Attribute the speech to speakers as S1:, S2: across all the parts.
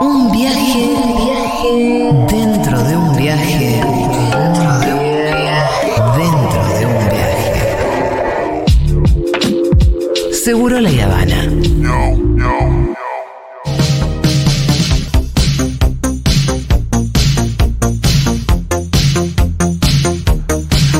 S1: Un viaje, viaje dentro de un viaje, dentro de un viaje, dentro de un viaje. Seguro la Habana.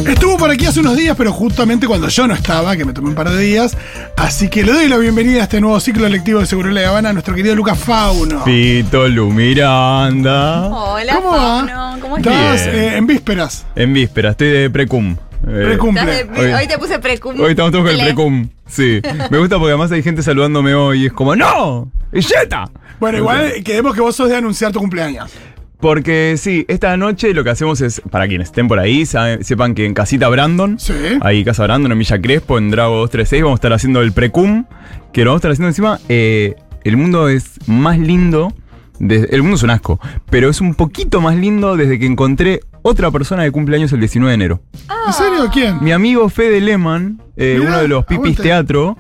S2: Estuvo por aquí hace unos días, pero justamente cuando yo no estaba, que me tomé un par de días. Así que le doy la bienvenida a este nuevo ciclo lectivo de Seguro de la Habana a nuestro querido Lucas Fauno.
S3: Pito Lu Miranda.
S4: Hola,
S2: ¿Cómo va?
S4: Fauno, ¿cómo estás?
S2: Estás
S3: Bien.
S2: eh, en vísperas,
S3: En víspera, estoy de precum. Eh,
S2: precumple.
S4: Estás de-
S3: Hoy-
S4: hoy te puse precum.
S3: Hoy estamos todos con el
S4: Ple.
S3: precum. Sí. Me gusta porque además hay gente saludándome hoy y es como, ¡No! ¡Illeta!
S2: Bueno, igual quedemos que vos sos de anunciar tu cumpleaños.
S3: Porque sí, esta noche lo que hacemos es, para quienes estén por ahí, saben- sepan que en Casita Brandon,
S2: Sí.
S3: ahí Casa Brandon, en Villa Crespo, en Drago 236, vamos a estar haciendo el precum, que lo vamos a estar haciendo encima. eh, el mundo es más lindo, de- el mundo es un asco, pero es un poquito más lindo desde que encontré otra persona de cumpleaños el 19 de enero.
S2: ¿En
S4: Ah.
S2: serio? ¿Quién?
S3: Mi amigo Fede Lehmann, eh,
S2: Mirá,
S3: uno de los pipis
S2: aguante.
S3: teatro,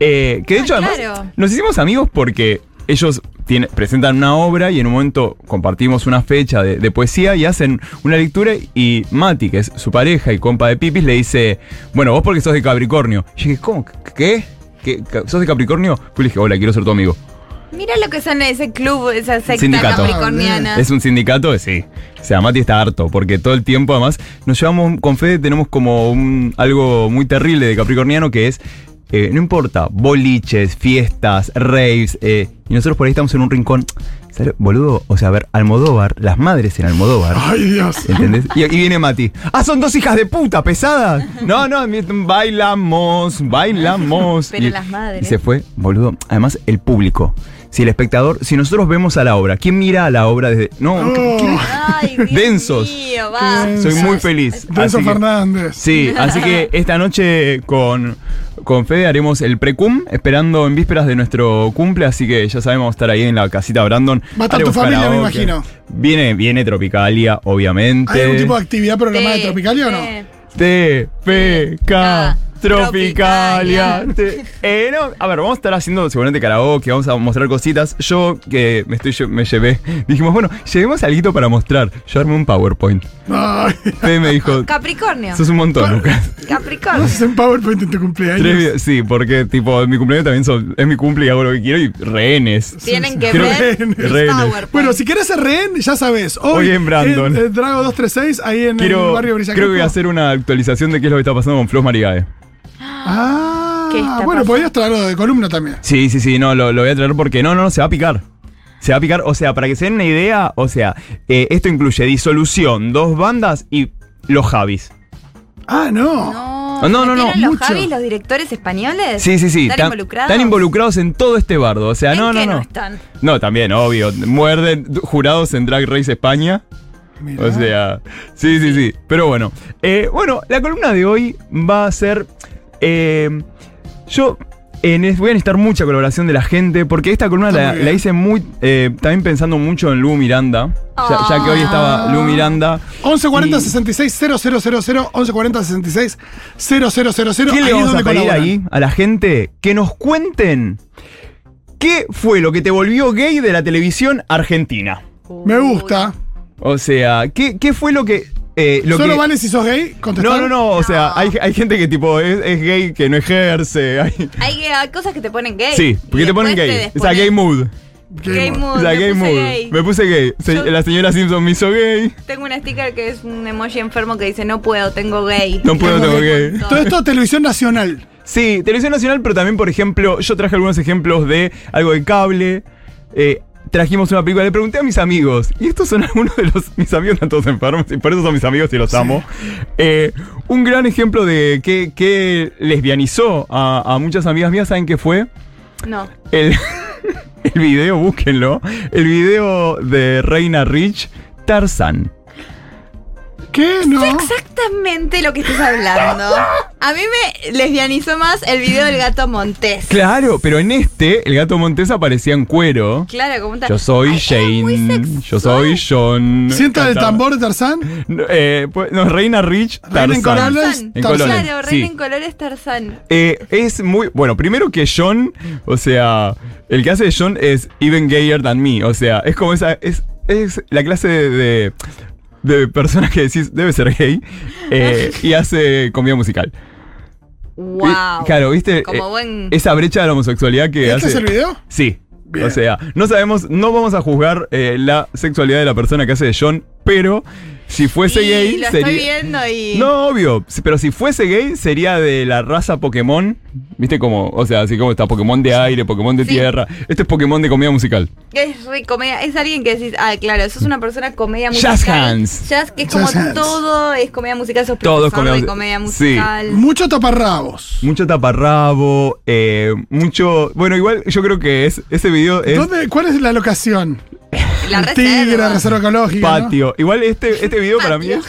S3: eh, que de
S4: Ah,
S3: hecho además
S4: claro.
S3: nos hicimos amigos porque ellos tiene- presentan una obra y en un momento compartimos una fecha de, de poesía y hacen una lectura y Mati, que es su pareja y compa de pipis, le dice, bueno, vos porque sos de Capricornio. Y yo dije, ¿cómo? ¿Qué? ¿Qué? ¿Sos de Capricornio? Pues le dije, hola, quiero ser tu amigo.
S4: Mira lo que son ese club, esa secta
S3: Sindicato.
S4: capricorniana.
S3: ¿Es un sindicato? Sí. O sea, Mati está harto, porque todo el tiempo, además, nos llevamos con Fede, tenemos como un, algo muy terrible de Capricorniano que es. eh, no importa, boliches, fiestas, raves, eh, y nosotros por ahí estamos en un rincón. ¿Sabes, boludo? O sea, a ver, Almodóvar, las madres en Almodóvar.
S2: Ay, Dios.
S3: ¿Entendés? Y aquí viene Mati. ¡Ah, son dos hijas de puta, pesadas! No, no, mi- bailamos, bailamos.
S4: Pero
S3: y,
S4: las madres.
S3: y se fue, boludo. Además, el público. Si el espectador, si nosotros vemos a la obra, ¿quién mira a la obra desde.? No, ¿qué- qué-
S4: Ay, Dios
S3: Densos.
S4: mío, basta.
S3: soy muy feliz.
S2: Renzo
S3: Así que-
S2: Fernández.
S3: Sí, así que esta noche con, con Fede haremos el precum, esperando en vísperas de nuestro cumple, así que ya sabemos estar ahí en la casita Brandon.
S2: Va a estar tu
S3: Haremos
S2: familia, me
S3: karaoke.
S2: imagino.
S3: Viene, viene Tropicalia, obviamente.
S2: ¿Hay algún tipo de actividad programada
S4: Te-
S2: de Tropicalia o no?
S4: te-
S3: TPK Tropicalia.
S4: Tropicalia.
S3: Te- eh, no, a ver, vamos a estar haciendo seguramente karaoke, vamos a mostrar cositas. Yo que me estoy lle- me llevé, dijimos, bueno, llevemos algo para mostrar. Yo armé un PowerPoint.
S2: Ay,
S3: Fede me dijo,
S4: Capricornio.
S3: sos un montón, Lucas.
S4: Capricornio.
S2: haces en PowerPoint en tu cumpleaños.
S3: Tres videos- sí, porque tipo, en mi cumpleaños también son- es mi cumple y hago lo que quiero y rehenes.
S4: Tienen que
S3: Creo-
S4: ver el
S3: rehenes.
S4: PowerPoint.
S2: Bueno, si querés ser rehén, ya sabes. Hoy,
S3: Hoy en Brandon.
S2: en, eh, Drago 236, ahí en el
S3: Quiero,
S2: barrio Brillacampo.
S3: creo que voy a hacer una actualización de qué es lo que está pasando con Flos Marigae.
S2: Ah,
S4: ¿Qué está
S2: bueno,
S4: pasando?
S2: podrías traerlo de columna también.
S3: Sí, sí, sí, no, lo, lo voy a traer porque no, no, no, se va a picar. Se va a picar, o sea, para que se den una idea, o sea, eh, esto incluye disolución, dos bandas y los Javis.
S2: Ah, no.
S3: No,
S4: No,
S3: no, no,
S4: ¿metieron Oh, los
S2: mucho.
S4: Javis, los directores españoles?
S3: Sí, sí, sí.
S4: ¿Están
S3: tan-
S4: involucrados?
S3: Están involucrados en todo este bardo, o sea,
S4: ¿En
S3: no, no,
S4: qué
S3: no.
S4: no están?
S3: No, también, obvio. Muerden jurados en Drag Race España.
S2: Mirá.
S3: O sea, sí, sí, sí. Pero bueno. Eh, bueno, la columna de hoy va a ser. eh, yo en es- voy a necesitar mucha colaboración de la gente, porque esta columna
S2: Está
S3: la,
S2: Ah, muy bien.
S3: la hice muy. eh, también pensando mucho en Lu Miranda. Ya, ya que hoy estaba
S2: Ah.
S3: Lu Miranda.
S2: 1140
S3: Y-
S2: 66 0000 1140 66 0000
S3: ¿Qué
S2: ahí
S3: le
S2: es
S3: vamos a
S2: donde
S3: pedir
S2: colaboran.
S3: ahí a la gente? Que nos cuenten. ¿Qué fue lo que te volvió gay de la televisión argentina?
S2: Me gusta.
S3: O sea, ¿qué, qué fue lo que. eh, lo
S2: Solo
S3: que-
S2: vale si sos gay contestar.
S3: No, no, no, o sea, hay, hay gente que tipo es, es gay que no ejerce. hay-
S4: Hay, que- hay cosas que te ponen gay.
S3: Sí, porque
S4: Y
S3: te ponen
S4: después
S3: gay.
S4: te
S3: O sea, gay
S4: desponen-
S3: mood.
S4: Gay mood.
S3: O sea,
S4: me
S3: gay
S4: puse
S3: mood.
S4: gay.
S3: Me puse gay. Se-
S4: Yo-
S3: La señora Simpson me hizo gay.
S4: Tengo un sticker que es un emoji enfermo que dice no puedo, tengo gay.
S3: No puedo, tengo gay.
S2: Todo esto televisión nacional.
S3: Sí, televisión nacional, pero también, por ejemplo, yo traje algunos ejemplos de algo de cable. eh, trajimos una película, le pregunté a mis amigos, y estos son algunos de los. Mis amigos están todos enfermos, y por eso son mis amigos y los amo. Eh, un gran ejemplo de que, que lesbianizó a, a muchas amigas mías, ¿saben qué fue?
S4: No.
S3: El, el video, búsquenlo. El video de Reina Rich, Tarzan.
S2: ¿Qué? No.
S4: Sé exactamente lo que estás hablando. A mí me lesbianizó más el video del gato Montés.
S3: Claro, pero en este, el gato Montes aparecía en cuero.
S4: Claro, como tal.
S3: Yo soy
S4: Ay, era muy
S3: Jane.
S4: sexual.
S3: Yo soy John.
S2: Sienta el
S3: Cantaba.
S2: tambor de Tarzán.
S3: No, eh, pues, no, Reina Rich.
S2: Reina en
S3: Tarzán.
S2: colores.
S4: Tarzán.
S3: En
S2: Tarzán.
S3: colores,
S4: Claro,
S3: sí.
S4: Reina en colores Tarzán.
S3: Eh, es muy. Bueno, primero que John, o sea, el que hace de John es even gayer than me. O sea, es como esa. Es, es la clase de. de de personas que decís, debe ser gay, eh, y hace comedia musical.
S4: Wow.
S3: Y, claro, ¿viste?
S4: Como
S3: Eh,
S4: buen-
S3: Esa brecha de la homosexualidad que
S2: ¿Este
S3: hace.
S2: es el video?
S3: Sí.
S2: Bien.
S3: O sea, no sabemos, no vamos a juzgar eh, la sexualidad de la persona que hace de John, pero si fuese
S4: Y
S3: gay
S4: lo
S3: sería.
S4: estoy viendo y.
S3: No, obvio. si- Pero si fuese gay, sería de la raza Pokémon. ¿Viste como, O sea, así como está Pokémon de aire, Pokémon de
S4: Sí.
S3: tierra. Este es Pokémon de comida musical.
S4: Es re comedia. Es alguien que decís, ah, claro, sos una persona comedia
S3: Jazz
S4: musical.
S3: hands.
S4: Jazz, que es
S2: Jazz
S4: como
S2: hands.
S4: todo es comedia musical, sos
S3: Todo es
S4: profesor de
S3: comedia
S4: comedia
S3: mu- sí.
S4: musical.
S2: Mucho taparrabos.
S3: Mucho taparrabo, eh, mucho. Bueno, igual yo creo que es ese video es
S2: ¿Dónde, ¿Cuál es la locación?
S4: La
S2: el tigre, la reserva ecológica. ¿no?
S3: patio. Igual este, este video para mí
S4: Patio.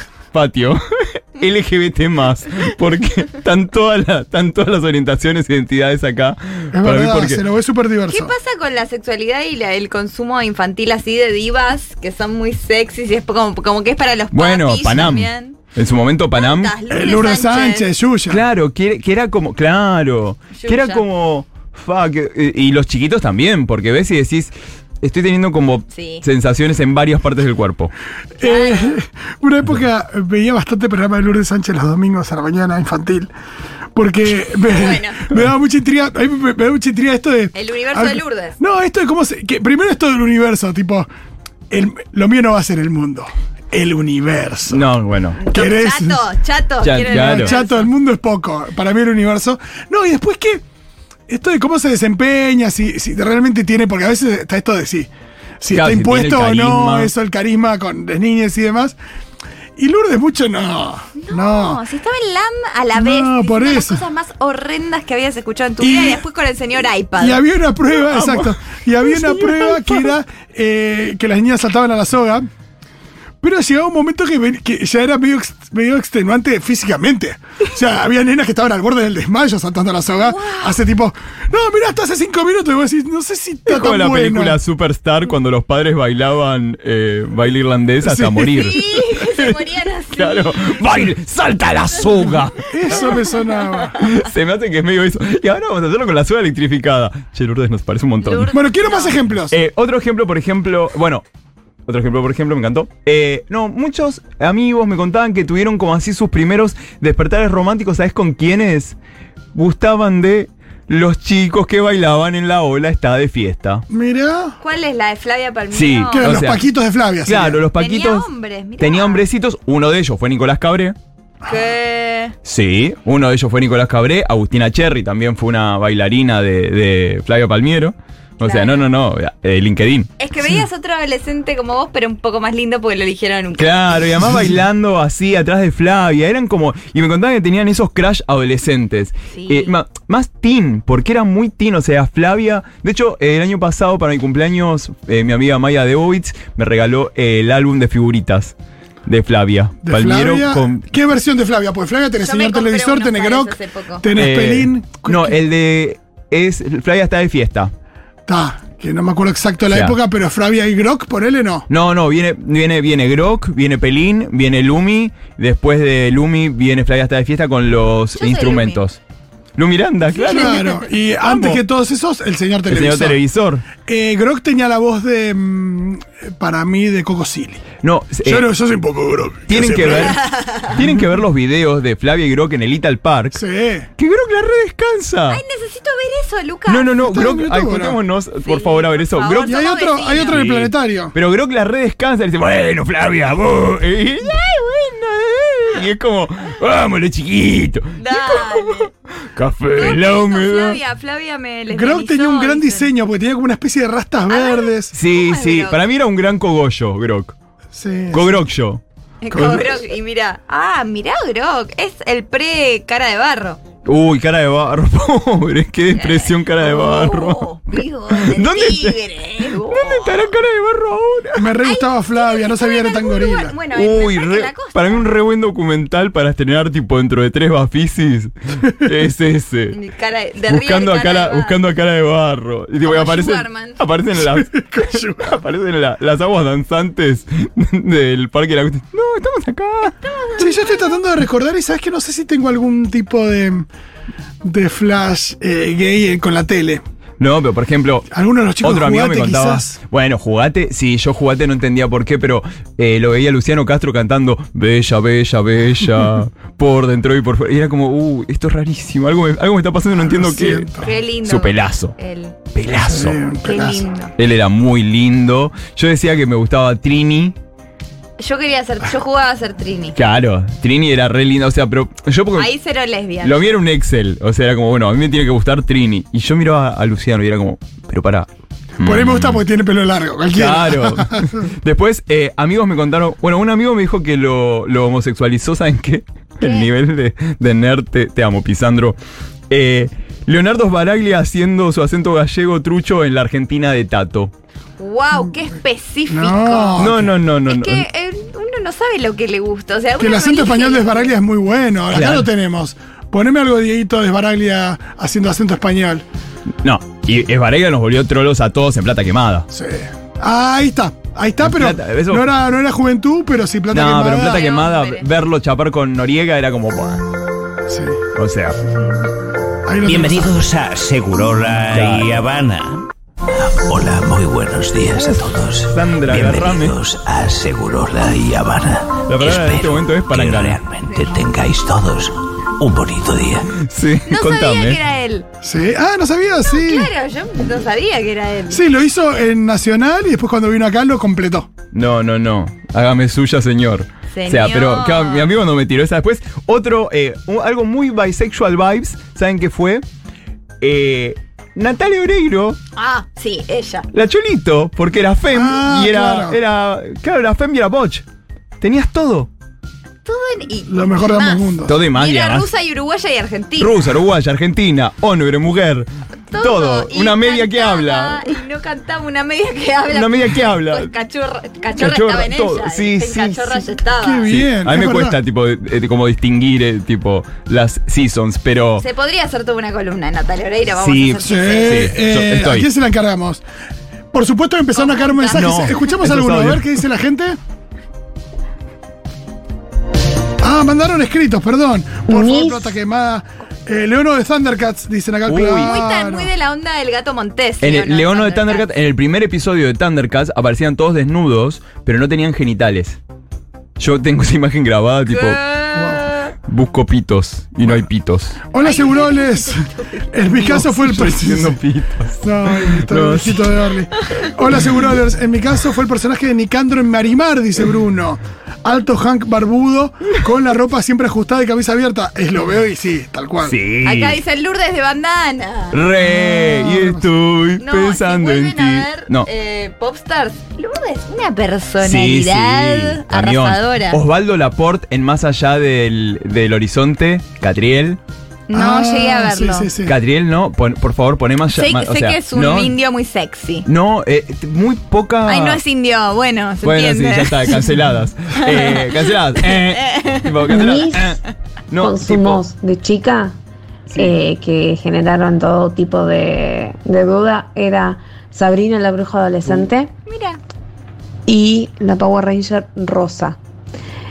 S3: es patio. LGBT más. Porque están todas, las, están todas las orientaciones, identidades acá.
S2: Es
S3: para mí
S2: verdad,
S3: porque-
S2: se lo ve súper
S4: ¿Qué
S2: diverso.
S4: pasa con la sexualidad y la- el consumo infantil así de divas que son muy sexys y es como, como que es para los
S3: Bueno,
S4: papis
S3: Panam.
S4: también?
S3: En su momento, Panam.
S4: Estás,
S2: Eh, Lourdes Sánchez, Yuya.
S3: Claro, que, que era como. Claro. Que era
S4: Yuya.
S3: como. fa, que- eh, y los chiquitos también, porque ves y decís. Estoy teniendo como
S4: Sí.
S3: sensaciones en varias partes del cuerpo.
S2: Eh, una época veía bastante programa de Lourdes Sánchez los domingos a la mañana infantil. Porque me,
S4: Bueno.
S2: me daba mucha intriga. a mí me, me daba mucha intriga esto de.
S4: El universo
S2: a-
S4: de Lourdes.
S2: No, esto de cómo se. que primero esto del universo, tipo. el- lo mío no va a ser el mundo. El universo.
S3: No, bueno.
S2: ¿Querés?
S4: Chato, chato.
S3: Ya,
S4: quiero el
S3: claro.
S2: El
S4: universo.
S2: chato del mundo es poco. Para mí el universo. No, y después qué. Esto de cómo se desempeña, si, si realmente tiene, porque a veces está esto de sí. Si está
S3: Claro, si
S2: impuesto
S3: tiene
S2: o
S3: el
S2: no,
S3: carisma.
S2: eso, el carisma con las niñas y demás. Y Lourdes mucho no. No.
S4: No, si estaba en LAM a la
S2: No,
S4: vez.
S2: por
S4: diciendo
S2: eso.
S4: Las cosas más horrendas que habías escuchado en tu
S2: Y-
S4: vida y después con el señor iPad.
S2: Y había una prueba, exacto. Y había una prueba que era eh, que las niñas saltaban a la soga. Pero llegaba un momento que, ven- que ya era medio, ex- medio extenuante físicamente. O sea, había nenas que estaban al borde del desmayo saltando a la soga. Hace tipo, no, mirá, hasta hace cinco minutos. Y vos decís, no sé si está
S3: Es como
S2: tan
S3: la
S2: bueno.
S3: película Superstar cuando los padres bailaban eh, baile irlandés hasta
S2: Sí.
S3: morir.
S4: Sí, que se morían así.
S3: Claro. ¡Baile! ¡Salta la soga!
S2: Eso me sonaba.
S3: Se me hace que es medio eso. Y ahora vamos a hacerlo con la soga electrificada. Che, Lourdes nos parece un montón.
S4: Lourdes.
S2: Bueno, quiero más ejemplos.
S3: Eh, otro ejemplo, por ejemplo, bueno, otro ejemplo, por ejemplo, me encantó. Eh, no, muchos amigos me contaban que tuvieron como así sus primeros despertares románticos, ¿sabes con quiénes? Gustaban de los chicos que bailaban en la ola está de fiesta.
S2: Mirá,
S4: ¿Cuál es la de Flavia Palmino?
S3: Sí,
S2: que eran
S3: O
S2: los
S3: sea,
S2: paquitos de Flavia. sería.
S3: Claro, los
S4: Tenía
S3: paquitos.
S4: hombres, mirá.
S3: tenía hombrecitos, uno de ellos fue Nicolás Cabré.
S4: Que-
S3: Sí, uno de ellos fue Nicolás Cabré, Agustina Cherry también fue una bailarina de, de Flavio Palmiero. O sea, no,
S4: Claro.
S3: no, no, eh, LinkedIn.
S4: Es que veías otro adolescente como vos, pero un poco más lindo porque lo eligieron un
S3: Claro, y además bailando así atrás de Flavia. Eran como. Y me contaban que tenían esos crash adolescentes.
S4: Sí.
S3: Eh, ma- más teen, porque era muy teen. O sea, Flavia. De hecho, eh, el año pasado, para mi cumpleaños, eh, mi amiga Maya Deovitz me regaló eh, el álbum de figuritas de Flavia.
S2: De
S3: Palmiero
S2: Flavia.
S3: con.
S2: ¿Qué versión de Flavia? Pues Flavia tenés
S4: Yo me
S2: señor
S4: compré
S2: televisor,
S4: unos
S2: tenés
S4: pares
S2: Grok,
S4: hace poco.
S2: tenés
S3: eh,
S2: Pelín.
S3: No, el de. Es, Flavia está de fiesta.
S2: Ta, que no me acuerdo exacto la
S3: O sea.
S2: época, pero Flavia y Grok, ponele no.
S3: No, no, viene, viene, viene Grok, viene Pelín, viene Lumi. Después de Lumi viene Flavia está de fiesta con los
S4: soy
S3: instrumentos. Lu Miranda, claro.
S2: Claro, y antes que todos esos, el señor
S3: El señor
S2: televisor.
S3: televisor.
S2: Eh, Grok tenía la voz de, mm, para mí, de Coco Silly.
S3: No, eh,
S2: yo, no, yo soy un poco Grok.
S3: tienen
S2: Yo
S3: que
S2: siempre-
S3: ver. tienen que ver los videos de Flavia y Grok en el Ital Park.
S2: Sí.
S3: Que Grok la redescansa.
S4: Ay, necesito ver eso, Lucas.
S3: no, no, no,
S2: Está
S3: Grok,
S2: en YouTube,
S3: ay,
S2: ¿no?
S3: juntémonos, por
S4: Sí,
S3: favor, a ver
S4: por
S3: eso.
S4: favor.
S3: Grok-
S2: Y hay
S4: Somos
S2: otro,
S4: vecinos.
S2: hay otro en el
S3: Sí.
S2: planetario.
S3: pero Grok la redescansa y le dice, bueno, Flavia, vos. Y, ay, bueno, eh. Y es como, vamos, lo chiquito.
S4: Dale.
S3: Café de
S4: Grok
S3: Eh, la
S4: hizo
S3: humedad.
S4: Flavia, Flavia me les
S2: Grok tenía un gran
S4: dicen. Ah,
S2: diseño, porque tenía como una especie de rastas verdes.
S3: Sí,
S4: ¿Cómo es
S3: sí,
S4: Grok?
S3: para mí era un gran cogollo, Grok.
S2: Sí.
S3: Cogrokyo.
S4: Con Grok, y mira, ah, mirá Grok, es el pre cara de barro.
S3: Uy, cara de barro, pobre, qué depresión cara de barro.
S4: Eh, Oh, hijo de
S3: ¿Dónde está?
S4: tigre, oh.
S3: ¿Dónde estará cara de barro ahora?
S2: Me re gustaba Flavia, no sabía
S4: en
S2: era tan
S4: algún
S2: gorila.
S4: lugar. Bueno,
S3: Uy,
S4: en el Parque
S3: re-
S4: de la Costa.
S3: para mí un re buen documental para estrenar tipo dentro de tres bafisis es ese.
S4: Cara de- de
S3: buscando,
S4: río,
S3: a cara, buscando a cara de barro. Y tipo,
S4: Como
S3: aparecen,
S4: Sugarman.
S3: aparecen las, aparecen la- las aguas danzantes del parque de la Costa. No, estamos acá.
S2: Sí, yo estoy tratando de recordar y sabes que no sé si tengo algún tipo de, de flash eh, gay en- con la tele.
S3: No, pero por ejemplo,
S2: Algunos de los chicos
S3: Otro
S2: de
S3: amigo me
S2: Jugate,
S3: contaba.
S2: quizás.
S3: Bueno, jugate. Sí, yo jugate, no entendía por qué, pero eh, lo veía Luciano Castro cantando Bella, Bella, Bella. por dentro y por fuera. Y era como, uh, esto es rarísimo. Algo me, algo me está pasando y no entiendo qué.
S2: siento.
S4: Qué lindo.
S3: Su pelazo.
S4: El-
S3: Pelazo.
S2: Sí, un
S4: qué
S2: pedazo.
S4: lindo.
S3: Él era muy lindo. Yo decía que me gustaba Trini.
S4: Yo quería hacer, yo jugaba a ser Trini.
S3: Claro, Trini era re linda. O sea, pero yo porque
S4: Ahí cero lesbiana.
S3: lo vi en un Excel. O sea, era como, bueno, a mí me tiene que gustar Trini. Y yo miraba a Luciano y era como, pero pará.
S2: Por ahí me gusta porque tiene pelo largo, cualquiera.
S3: Claro. Después, eh, amigos me contaron. Bueno, un amigo me dijo que lo, lo homosexualizó, ¿saben qué?
S4: ¿Qué?
S3: El nivel de, de nerd, te, te amo, Pisandro. Eh, Leonardo Sbaraglia haciendo su acento gallego trucho en la Argentina de Tato.
S4: Wow, qué específico.
S2: No.
S3: No, no, no, no.
S4: Ah, es
S3: no.
S4: que eh, uno no sabe lo que le gusta. O sea,
S2: Que el
S4: uno
S2: acento
S4: elige-
S2: español de Esbaraglia es muy bueno. Acá
S3: Claro.
S2: lo tenemos. Poneme algo, Dieguito, de Esbaraglia haciendo acento español.
S3: No, y eh, Sbaraglia nos volvió trolos a todos en plata quemada.
S2: Sí. Ah, ahí está. Ahí está,
S3: En
S2: pero
S3: plata, eso-
S2: no, era, no era juventud, pero sí plata
S3: no,
S2: quemada.
S3: pero en plata
S4: Qué
S3: quemada,
S4: hombre.
S3: verlo chapar con Noriega era como. "Buah".
S2: Sí.
S3: O sea,
S2: Ahí lo
S5: Bienvenidos a Segurola y Habana. Hola, muy buenos días a todos.
S3: Sandra,
S5: Bienvenidos a Segurola y Habana.
S3: La palabra en
S5: Espero
S3: este momento es
S5: que
S3: palangana.
S5: realmente tengáis todos un bonito día.
S3: sí,
S4: No
S3: contame.
S4: sabía que era él.
S2: tenemos. Sí. Ah, no sabía, sí.
S4: Claro, yo no sabía que era él.
S2: Sí, lo hizo en Nacional y después cuando vino acá lo completó.
S3: No, no, no. Hágame suya, señor. O sea,
S4: Señor.
S3: pero claro, mi amigo no me tiró esa. Después, otro, eh, un- algo muy bisexual vibes, ¿saben qué fue? Eh, Natalia Oreiro,
S4: Ah, sí, ella.
S3: la Cholito, porque era fem
S2: Ah,
S3: y era,
S2: claro.
S3: era. Claro, era fem y era botch. Tenías todo.
S4: Todo en- y-
S2: Lo mejor de ambos
S4: más.
S2: mundos.
S3: Todo y más,
S4: Y
S3: y
S4: era
S3: además,
S4: rusa y uruguaya y argentina.
S3: Rusa, Uruguaya, Argentina, hombre, mujer. Todo.
S4: Y
S3: Una media que
S4: cantaba,
S3: habla.
S4: Y no cantaba una media que habla.
S3: Una media que habla.
S4: Pues cachorra, cachorra,
S3: Cachorra,
S4: estaba en
S3: todo.
S4: ella.
S3: Sí,
S4: en
S3: sí,
S4: cachorra
S3: sí.
S4: ya estaba.
S2: Qué bien.
S3: Sí, a mí
S2: es
S3: me
S2: verdad.
S3: cuesta tipo, eh, como distinguir eh, tipo las seasons, pero
S4: Se podría hacer toda una columna, Natalia Oreira. Vamos
S3: Sí,
S4: a hacer
S2: Sí,
S3: Sí, yo
S2: eh,
S3: estoy. Ah,
S2: ¿A quién se la encargamos? Por supuesto empezaron a caer mensajes.
S3: No,
S2: Escuchamos
S3: eso es
S2: alguno, a
S3: obvio.
S2: ver qué dice la gente. Ah, mandaron escritos, perdón. Por favor, plata quemada. Eh, Leono de Thundercats, dicen acá.
S3: Uy.
S4: Muy, tan,
S2: Claro.
S4: muy de la onda del gato Montés.
S3: En el, Leono de eh. Thundercats, en el primer episodio de Thundercats aparecían todos desnudos, pero no tenían genitales. Yo tengo esa imagen grabada, tipo,
S4: ¿Qué?
S3: busco pitos y no hay pitos.
S2: Hola, Seguroles. En mi caso fue el
S3: Yo diciendo
S2: personaje.
S3: pitos.
S2: No, está el
S3: No,
S2: besito de Orly. Hola, Seguroles. En mi caso fue el personaje de Nicandro en Marimar, dice Bruno. Alto Hank barbudo, con la ropa siempre ajustada y camisa abierta. Es lo veo y sí, tal cual.
S3: Sí.
S4: Acá dice Lourdes de Bandana.
S3: Re, y estoy
S4: No,
S3: pensando
S4: si
S3: en
S4: vuelven
S3: ti.
S4: a ver
S3: no.
S4: eh, Popstars, Lourdes, una
S3: Sí, sí,
S4: personalidad
S3: camión. Oh.
S4: arrasadora.
S3: Osvaldo Laporte en Más Allá del, del Horizonte, Catriel.
S4: No
S2: Ah,
S4: llegué a verlo.
S2: Sí, sí, sí.
S3: Catriel, no, pon- por favor, poné más
S4: Sé,
S3: allá. más- o
S4: sé
S3: sea,
S4: que es un
S3: no,
S4: indio muy sexy.
S3: No, eh, t- muy poca.
S4: Ay, no es indio, bueno, se
S3: Bueno, sí,
S4: entiende.
S3: ya está, canceladas. Eh, canceladas. Eh, tipo, canceladas.
S6: Mis
S3: Eh. No, tipo,
S6: consumos de chica eh, que generaron todo tipo de, de duda era Sabrina la bruja adolescente
S3: Uh.
S4: Mira,
S6: y la Power Ranger rosa.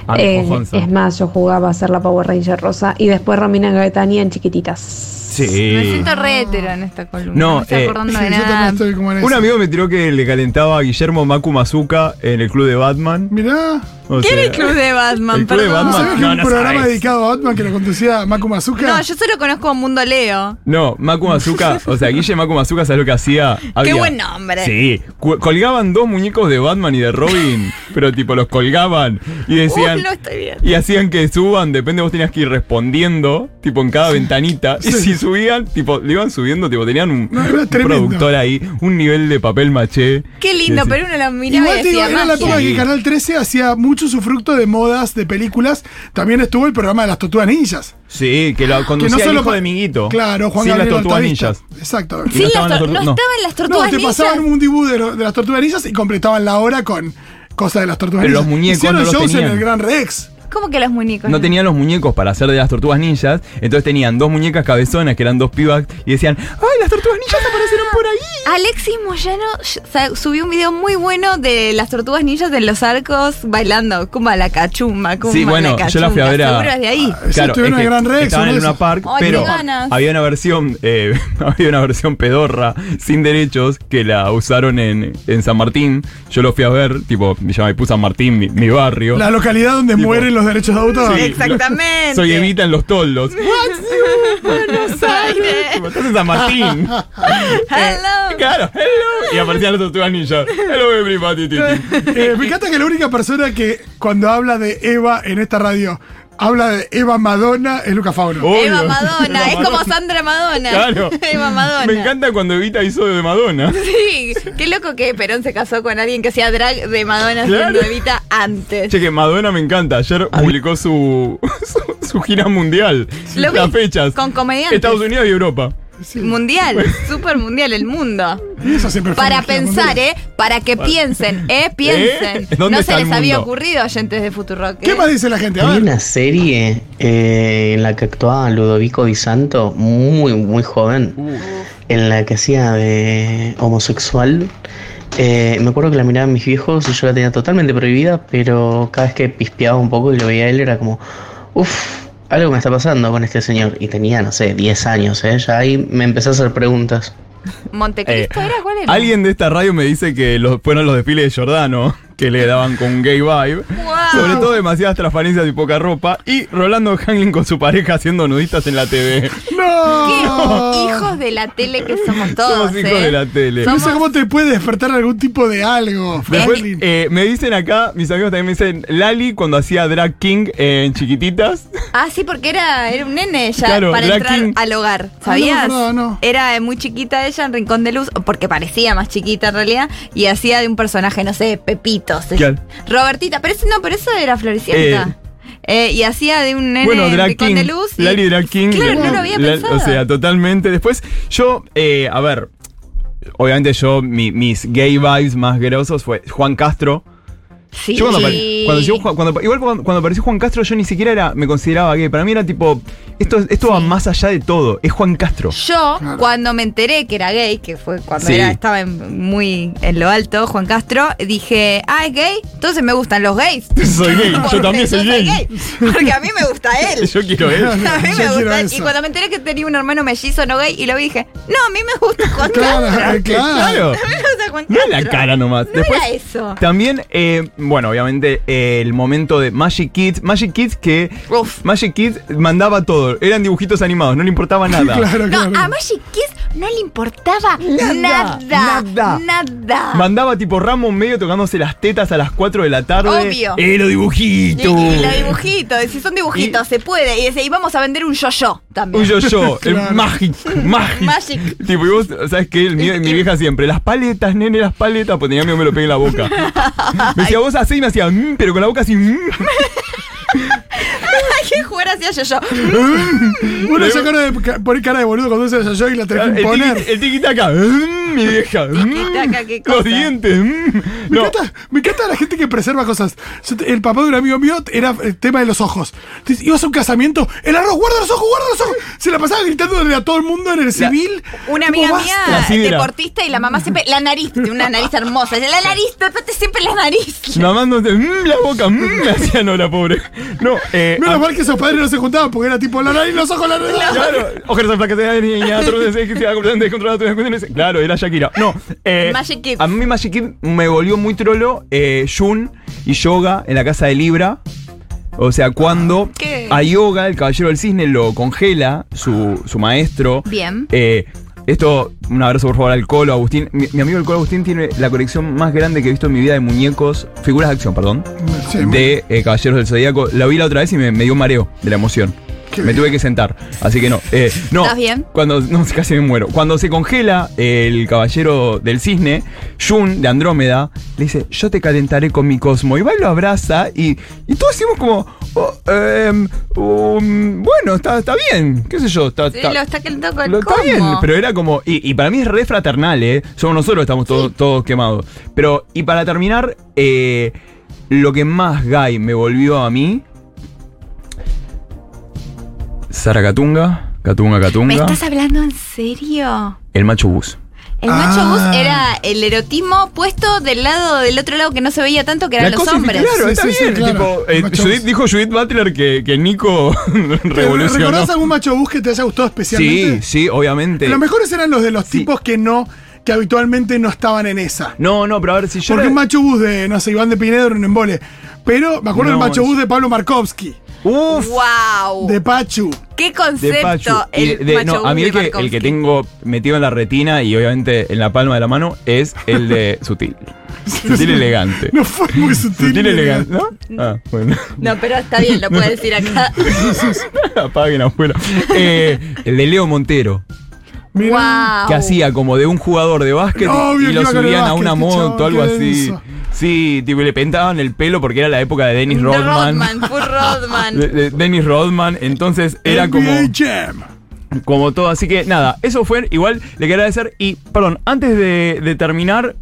S3: ah,
S6: Eh,
S3: ojonza.
S6: es más, yo jugaba a ser la Power Ranger rosa y después Romina Gaetania en chiquititas.
S4: me
S3: Sí.
S4: siento re hetero en esta columna.
S3: No,
S4: No, me estoy
S3: eh,
S2: Sí,
S4: acordando de
S2: yo
S4: nada.
S2: también estoy como en
S3: Un
S2: esa.
S3: amigo me tiró que le calentaba a Guillermo Macu Mazuca en el club de Batman.
S2: Mirá,
S3: O
S4: ¿Qué
S3: sea,
S4: era el club de Batman?
S3: el club de
S4: Perdón.
S2: ¿no
S3: Batman.
S2: sabes que
S3: no,
S2: un
S3: no
S2: programa
S3: sabes.
S2: dedicado a Batman que lo conducía Macu Mazuka?
S4: No, yo solo conozco a Mundo Leo.
S3: No, Macu Mazuca, o sea, Guille Macu Mazuca, ¿sabes lo que hacía? Había-
S4: buen nombre.
S3: Sí, cu- colgaban dos muñecos de Batman y de Robin, pero tipo los colgaban y decían...
S4: Uy, lo estoy viendo.
S3: Y hacían que suban, depende, vos tenías que ir respondiendo, tipo en cada ventanita. Y si subían, tipo, le iban subiendo, tipo, tenían un,
S2: No, era
S3: un
S2: tremendo.
S3: productor ahí, un nivel de papel maché.
S4: Qué lindo,
S3: Y decís,
S4: pero uno lo miraba
S2: Igual
S4: y
S2: te digo,
S4: decía
S2: era la
S4: magia.
S2: época que Canal 13 hacía mucho usufructo de modas, de películas. También estuvo el programa de las Tortugas Ninjas.
S3: Sí, que lo
S2: Que
S3: conducía
S2: no
S3: el
S2: solo
S3: hijo
S2: pa-
S3: de Miguito.
S2: Claro, Juan
S3: Sí, las
S2: Gabriel
S3: tortugas
S2: Altavista.
S3: ninjas.
S2: Exactor.
S4: Sí,
S3: no
S4: las
S3: estaban las
S4: tor-
S3: tortu-
S4: no
S3: no.
S4: estaban las
S2: No,
S4: tortugas
S2: te
S4: ninjas.
S2: pasaban un dibú de, lo- de las tortugas ninjas y completaban la hora con cosas de las tortugas
S3: Pero
S2: ninjas.
S3: los muñecos
S2: Hicieron
S3: no los
S2: shows
S3: tenían.
S2: en el Gran Rex.
S4: ¿Cómo que los muñecos?
S3: No tenían los muñecos para hacer de las tortugas ninjas, entonces tenían dos muñecas cabezonas que eran dos pibas y decían, ¡ay, las tortugas ninjas
S2: Ah.
S3: aparecieron por ahí!
S4: Alexis Moyano sa- subió un video muy bueno de las tortugas ninjas en los arcos bailando. Cumba la cachumba, cumba
S3: Sí, bueno,
S4: la cachumba.
S3: yo la fui a ver a-
S4: Seguro es de ahí.
S2: Sí, estuvieron en Gran Rex,
S3: estaban
S2: uno
S3: en
S2: de
S3: una
S2: esos.
S3: park,
S4: Ay,
S3: pero
S4: qué ganas.
S3: había una versión, eh, había una versión pedorra sin derechos que la usaron en, en San Martín. Yo lo fui a ver, tipo, me llamaba Ipú San Martín, mi, mi barrio.
S2: La localidad donde
S3: Tipo-
S2: mueren los derechos de autor.
S3: Sí,
S4: Exactamente.
S3: Soy Evita en los toldos.
S4: Buenos Aires.
S3: Tipo, Estás en San Martín.
S4: Hello.
S3: claro, hello. Y aparecían las tortugas ninjas. Hello, everybody. ti, ti.
S2: Eh, me encanta que la única persona que cuando habla de Eva en esta radio habla de Eva Madonna es Luca Fauno.
S3: Obvio.
S4: Eva Madonna,
S3: Eva
S4: es como Sandra Madonna.
S3: Claro.
S4: Eva Madonna.
S3: Me encanta cuando Evita hizo de Madonna.
S4: Sí, qué loco que Perón se casó con alguien que hacía drag de Madonna
S3: Claro.
S4: siendo Evita antes.
S3: Che, que Madonna me encanta. Ayer publicó su, su, su gira mundial.
S4: Lo
S3: las
S4: vi,
S3: fechas.
S4: con comediantes.
S3: Estados Unidos y Europa.
S4: Mundial, super mundial, el mundo.
S2: Y eso siempre fue
S4: Para
S2: una gira
S4: pensar,
S2: mundial.
S4: ¿eh? Para que piensen, ¿eh? Piensen.
S3: ¿Eh? ¿Dónde
S4: no
S3: está
S4: se
S3: el
S4: les había
S3: mundo?
S4: ocurrido, oyentes de Futurock.
S2: ¿Qué
S4: ¿eh?
S2: más dice la gente? A
S7: Hay
S2: ver.
S7: una serie eh, en la que actuaba Ludovico Di Santo, muy, muy joven, en la que hacía de homosexual. Eh, me acuerdo que la miraban mis viejos y yo la tenía totalmente prohibida, pero cada vez que pispeaba un poco y lo veía a él era como, uff, algo me está pasando con este señor. Y tenía, no sé, 10 años, ¿eh? Ya ahí me empecé a hacer preguntas.
S4: ¿Montecristo
S3: Eh,
S4: era? ¿Cuál era?
S3: Alguien de esta radio me dice que los, fueron los desfiles de Giordano que le daban con gay vibe. Sobre todo demasiadas transparencias y poca ropa. Y Rolando Hanglin con su pareja haciendo nudistas en la TV.
S4: ¿Qué
S2: ¡No!
S4: hijos de la tele que somos
S3: Somos
S4: todos?
S3: hijos
S4: ¿eh?
S3: de la tele.
S2: No sé cómo te puede despertar algún tipo de algo.
S3: Después
S2: Franklin.
S3: eh, me dicen acá, mis amigos también me dicen Lali cuando hacía Drag King en chiquititas.
S4: Ah, sí, porque era, era un nene ya
S3: Claro,
S4: para
S3: la
S4: entrar
S3: King. Ah,
S4: al hogar,
S2: no,
S4: ¿sabías?
S2: no, no.
S4: Era eh, muy chiquita ella en Rincón de Luz, porque parecía más chiquita en realidad, y hacía de un personaje, no sé, Pepito, se-
S3: Claro.
S4: Robertita, pero eso, no, pero eso era Floricienta. Eh, y hacía de un nene
S3: Bueno,
S4: en
S3: Drag
S4: Rincón
S3: King.
S4: de Luz. y-
S3: Lali Drag King. eh,
S4: Claro, no lo había
S3: La-
S4: pensado.
S3: O sea, totalmente. Después, yo, eh, a ver, obviamente yo, mi- mis gay vibes más grosos fue Juan Castro.
S4: sí.
S3: Yo cuando, apare- cuando llegó Juan- cuando- igual cuando, cuando apareció Juan Castro, yo ni siquiera era, me consideraba gay. Para mí era tipo, esto, esto va más allá de todo. Es Juan Castro.
S4: Yo, cuando me enteré que era gay, que fue cuando
S3: Sí.
S4: era- estaba en- muy en lo alto, Juan Castro, dije, ah, es gay, entonces me gustan los gays.
S3: Soy gay,
S4: Porque
S3: yo también soy gay.
S4: Porque a mí me gusta él.
S3: Yo quiero él.
S4: A mí
S2: Yo
S4: me
S2: quiero
S4: gusta él.
S2: eso.
S4: Y cuando me enteré que tenía un hermano mellizo no gay y lo vi, dije, no, a mí me gusta Juan Castro.
S2: Claro, claro.
S3: eh, Claro.
S4: A mí me gusta Juan
S3: No es la
S4: Castro.
S3: cara nomás.
S4: No
S3: Después,
S4: era eso.
S3: También, eh, bueno, obviamente eh, el momento de Magic Kids. Magic Kids que.
S4: Uf.
S3: Magic Kids mandaba todo. Eran dibujitos animados, no le importaba nada.
S2: Claro,
S4: No,
S2: claro.
S4: a Magic Kiss no le importaba nada.
S3: Nada,
S4: Nada.
S3: nada. Mandaba tipo Ramón medio tocándose las tetas a las 4 de la tarde.
S4: Obvio.
S3: ¡Eh, los dibujitos!
S4: Y, y los dibujitos, si son dibujitos, se puede. Y dice, y vamos a vender un yo-yo también.
S3: Un yo-yo, el
S2: Claro.
S3: Magic, Magic.
S4: Magic.
S3: Tipo, y vos, ¿sabes qué? El- Mi, mi vieja siempre, las paletas, nene, las paletas, pues tenía miedo que me lo pegue en la boca. Me decía, vos así, y me hacía, "Mm", pero con la boca así, "Mm".
S4: Hay que jugar hacia yo-yo.
S2: Uno se cara de, ca- pone cara de boludo cuando usa el yo y la tenés que
S3: El
S2: poner.
S3: tiki- El tiquitaca, "Mm", mi vieja. "Mm".
S4: Tiquitaca, qué cosa.
S3: Los dientes. "Mm".
S2: Me,
S3: No,
S2: encanta, me encanta la gente que preserva cosas. Yo te- El papá de un amigo mío era el tema de los ojos. Entonces, ibas a un casamiento, el arroz, guarda los ojos, guarda los ojos. Se la pasaba gritándole a todo el mundo en el civil.
S4: Una
S2: Tipo,
S4: amiga
S2: basta.
S4: mía,
S3: Así era.
S4: deportista, y la mamá siempre, la nariz, tiene una nariz hermosa. La nariz, de repente siempre la nariz.
S3: mamándote, "Mm", la boca, "Mm", me hacía no la pobre. No, eh.
S2: Menos mal que esos padres no se juntaban porque era tipo la nariz, los ojos, la nariz.
S3: ah, Claro, ojeras a placas de niña, otros deseos que se haga completamente descontrolada, tus cuestiones. Claro, era Shakira. No, eh,
S4: Magic Kid.
S3: a mí Magic Kid me volvió muy trolo eh, Jun y Yoga en la casa de Libra. O sea, cuando
S4: ¿Qué?
S3: a Yoga, el caballero del cisne, lo congela su, su maestro.
S4: Bien.
S3: Eh, esto, un abrazo por favor al Colo Agustín. Mi, mi amigo el Colo Agustín tiene la colección más grande que he visto en mi vida de muñecos, figuras de acción, perdón,
S2: Sí,
S3: de eh, Caballeros del Zodíaco. La vi la otra vez y me, me dio un mareo de la emoción. Me tuve que sentar, así que no. Eh, no
S4: ¿Estás bien?
S3: Cuando, no, casi me muero. Cuando se congela el caballero del cisne, Jun de Andrómeda le dice: Yo te calentaré con mi cosmo. Y va y lo abraza y, y todos decimos como: "Oh, em, um, Bueno, está, está bien, qué sé yo. Está,
S4: Sí,
S3: está-
S4: lo está calentando con
S3: lo-
S4: el
S3: está bien,
S4: cosmo.
S3: pero era como. Y, y para mí es re fraternal, ¿eh? Somos nosotros, estamos todos, todos quemados. Pero, y para terminar, eh, lo que más Guy me volvió a mí. Sara Catunga, Catunga,
S4: ¿Me
S3: Catunga.
S4: estás hablando en serio?
S3: El macho bus.
S4: El
S2: Ah.
S4: macho bus era el erotismo puesto del lado del otro lado que no se veía tanto, que eran
S3: La
S4: los
S3: cosa es que,
S4: hombres.
S3: Claro,
S2: Sí,
S3: está
S2: sí, sí,
S3: bien.
S2: claro.
S3: tipo,
S2: El
S3: eh,
S2: macho
S3: Judith-
S2: bus.
S3: dijo Judith Butler que, que Nico revolucionó.
S2: ¿Recordás algún macho bus que te haya gustado especialmente?
S3: Sí, sí, obviamente.
S2: Los mejores eran los de los
S3: Sí.
S2: tipos que no, que habitualmente no estaban en esa.
S3: No, no, pero a ver si yo.
S2: Porque
S3: era-
S2: un macho bus de, no sé, Iván de Pinedo era un embole. Pero me acuerdo
S3: No,
S2: del macho
S3: es-
S2: bus de Pablo Markovsky,
S3: Uf,
S4: ¡Wow!
S2: de Pachu.
S4: ¡Qué
S3: de Pachu.
S4: concepto!
S3: Y
S4: el
S3: de-
S4: macho
S3: no,
S4: bus
S3: a mí
S4: de
S3: el que, el
S4: Markovsky.
S3: que tengo metido en la retina y obviamente en la palma de la mano es el de Sutil. Sutil elegante.
S2: No fue muy sutil.
S3: Sutil
S2: ni
S3: elegante,
S2: nada.
S3: ¿no? Ah, bueno.
S4: No, pero está bien, lo puedes decir acá.
S3: Apaguen, abuelo. Eh, el de Leo Montero,
S2: Mirá.
S4: ¡Wow!
S3: que hacía como de un jugador de básquet
S2: Ah, uh. Obvio
S3: y
S2: que
S3: lo
S2: iba con el
S3: subían a una
S2: básquet, este
S3: moto,
S2: chabón,
S3: algo
S2: qué
S3: así.
S2: denso.
S3: Sí, tipo, y le pintaban el pelo porque era la época de Dennis Rodman.
S4: Rodman, full Rodman.
S3: De- de Dennis Rodman, entonces era como.
S2: NBA Jam.
S3: Como todo, así que nada, eso fue igual, le quería agradecer y, perdón, antes de, de terminar,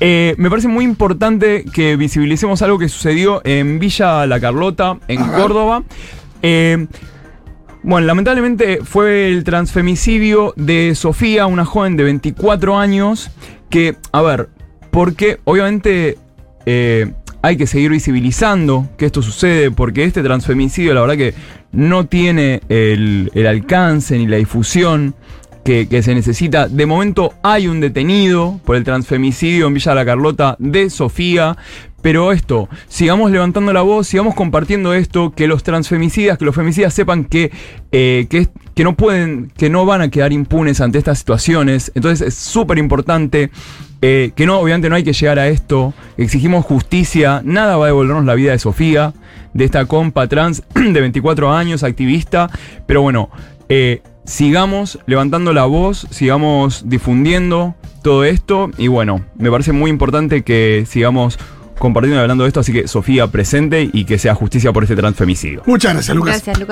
S3: eh, me parece muy importante que visibilicemos algo que sucedió en Villa La Carlota, en Córdoba. Eh, bueno, lamentablemente fue el transfemicidio de Sofía, una joven de 24 años, que, a ver, porque obviamente eh, hay que seguir visibilizando que esto sucede, porque este transfemicidio, la verdad que no tiene el, el alcance ni la difusión que, que se necesita. De momento hay un detenido por el transfemicidio en Villa La Carlota de Sofía. Pero esto, sigamos levantando la voz, sigamos compartiendo esto, que los transfemicidas, que los femicidas sepan que, eh, que, es- que no pueden, que no van a quedar impunes ante estas situaciones. Entonces es súper importante eh, que no, obviamente no hay que llegar a esto. Exigimos justicia. Nada va a devolvernos la vida de Sofía, de esta compa trans de 24 años, activista. Pero bueno, eh, sigamos levantando la voz, sigamos difundiendo todo esto. Y bueno, me parece muy importante que sigamos compartiendo y hablando de esto. Así que Sofía presente y que sea justicia por este transfemicidio.
S2: Muchas gracias, Lucas.
S4: Gracias, Lucas.